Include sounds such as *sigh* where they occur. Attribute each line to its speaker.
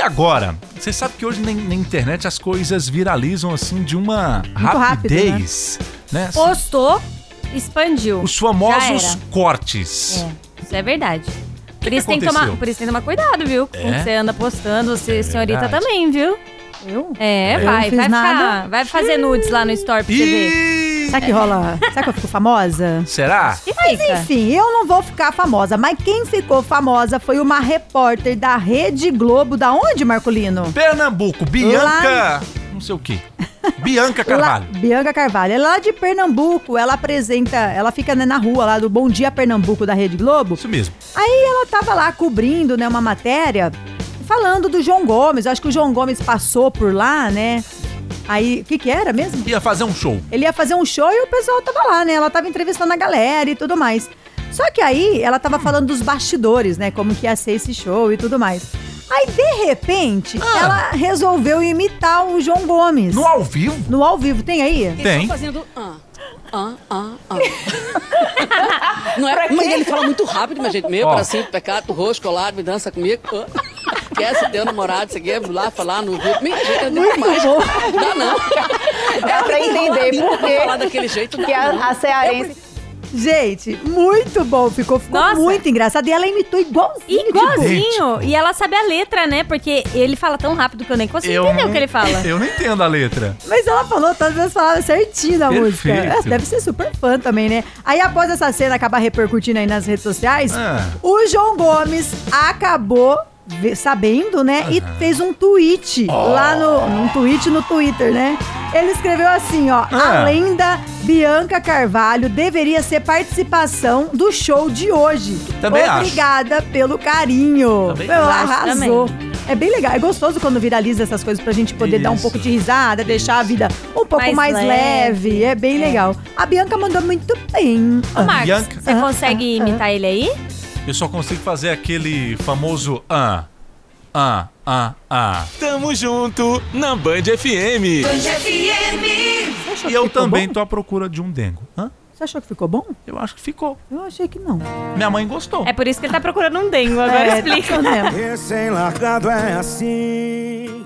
Speaker 1: agora? Você sabe que hoje na, na internet as coisas viralizam assim de uma
Speaker 2: Muito rápido, né?
Speaker 1: rapidez, né?
Speaker 3: Postou, expandiu.
Speaker 1: Os
Speaker 3: Já
Speaker 1: famosos
Speaker 3: era.
Speaker 1: cortes.
Speaker 3: É, isso é verdade.
Speaker 1: que
Speaker 3: por, isso tem que
Speaker 1: aconteceu?
Speaker 3: tomar, por isso tem que tomar cuidado, viu? Com o que você anda postando, você,
Speaker 1: É
Speaker 3: senhorita
Speaker 1: verdade.
Speaker 3: também, viu?
Speaker 2: Eu?
Speaker 3: É,
Speaker 2: Eu não
Speaker 3: vai,
Speaker 2: fiz
Speaker 3: vai
Speaker 2: nada.
Speaker 3: ficar. Vai fazer nudes lá no Store pra você ver.
Speaker 1: E...
Speaker 2: Será que *laughs* rola? Será que eu fico famosa? Tá.
Speaker 1: Será?
Speaker 3: E fica.
Speaker 2: Enfim, eu não vou ficar famosa, mas quem ficou famosa foi uma repórter da Rede Globo, da onde, Marcolino?
Speaker 1: Pernambuco, Bianca. Não sei o quê. Bianca Carvalho.
Speaker 2: Lá- Bianca Carvalho. Ela é lá de Pernambuco, ela apresenta, ela fica né, na rua lá do Bom Dia Pernambuco da Rede Globo.
Speaker 1: Isso mesmo.
Speaker 2: Aí ela tava lá cobrindo, né, uma matéria falando do João Gomes. Eu acho que o João Gomes passou por lá, né? Aí, o que que era mesmo?
Speaker 1: Ia fazer um show.
Speaker 2: Ele ia fazer um show e o pessoal tava lá, né? Ela tava entrevistando a galera e tudo mais. Só que aí ela tava falando dos bastidores, né? Como que ia ser esse show e tudo mais. Aí, de repente, ela resolveu imitar o João Gomes.
Speaker 1: No ao vivo?
Speaker 2: No ao vivo, tem aí?
Speaker 1: Tem.
Speaker 4: fazendo. Ah, ah, ah, ah. Não é pra Ele fala muito rápido, minha gente. Meio
Speaker 1: Ó.
Speaker 4: para cima, pecado, rosto, colado, me dança comigo. Ah. Quer se ter um namorado, você quer lá falar no vídeo. Mentira, muito mais. Dá não.
Speaker 5: Dá pra entender por quê
Speaker 4: falar daquele jeito.
Speaker 5: que a, a cearense
Speaker 2: Gente, muito bom. Ficou, ficou
Speaker 3: Nossa.
Speaker 2: muito engraçado. E ela imitou igualzinho.
Speaker 3: Igualzinho. E ela sabe a letra, né? Porque ele fala tão rápido que eu nem consigo entender o que ele fala.
Speaker 1: Eu não entendo a letra.
Speaker 2: Mas ela falou todas as palavras certinho na
Speaker 1: Perfeito.
Speaker 2: música. Ela deve ser super fã também, né? Aí após essa cena acabar repercutindo aí nas redes sociais,
Speaker 1: Ah.
Speaker 2: o João Gomes acabou ve- sabendo, né? E fez um tweet lá no um tweet no Twitter, né? Ele escreveu assim, ó:
Speaker 1: Ah.
Speaker 2: "A lenda Bianca Carvalho deveria ser participação do show de hoje.
Speaker 1: Também acho.
Speaker 2: Obrigada pelo carinho.
Speaker 1: Também
Speaker 2: Meu,
Speaker 3: acho.
Speaker 2: arrasou. É bem legal, é gostoso quando viraliza essas coisas pra gente poder dar um
Speaker 1: Isso.
Speaker 2: pouco de risada, deixar a vida um pouco mais,
Speaker 3: Mais
Speaker 2: leve.
Speaker 3: leve.
Speaker 2: É bem legal. A Bianca mandou muito bem.
Speaker 3: Ô, Marcos,
Speaker 1: Bianca.
Speaker 3: você consegue imitar ele aí?
Speaker 1: Eu só consigo fazer aquele famoso ah, ah, ah, ah.
Speaker 6: Tamo junto na Band FM.
Speaker 2: Você achou
Speaker 1: E
Speaker 2: que
Speaker 1: eu
Speaker 2: ficou
Speaker 1: também
Speaker 2: bom?
Speaker 1: tô à procura de um dengo. Hã?
Speaker 2: Você achou que ficou bom?
Speaker 1: Eu acho que ficou.
Speaker 2: Eu achei que não.
Speaker 1: Minha mãe gostou.
Speaker 3: É por isso que ele tá procurando um dengo. Agora
Speaker 2: É,
Speaker 3: explica.
Speaker 2: tá mesmo.
Speaker 7: Recém-largado é assim.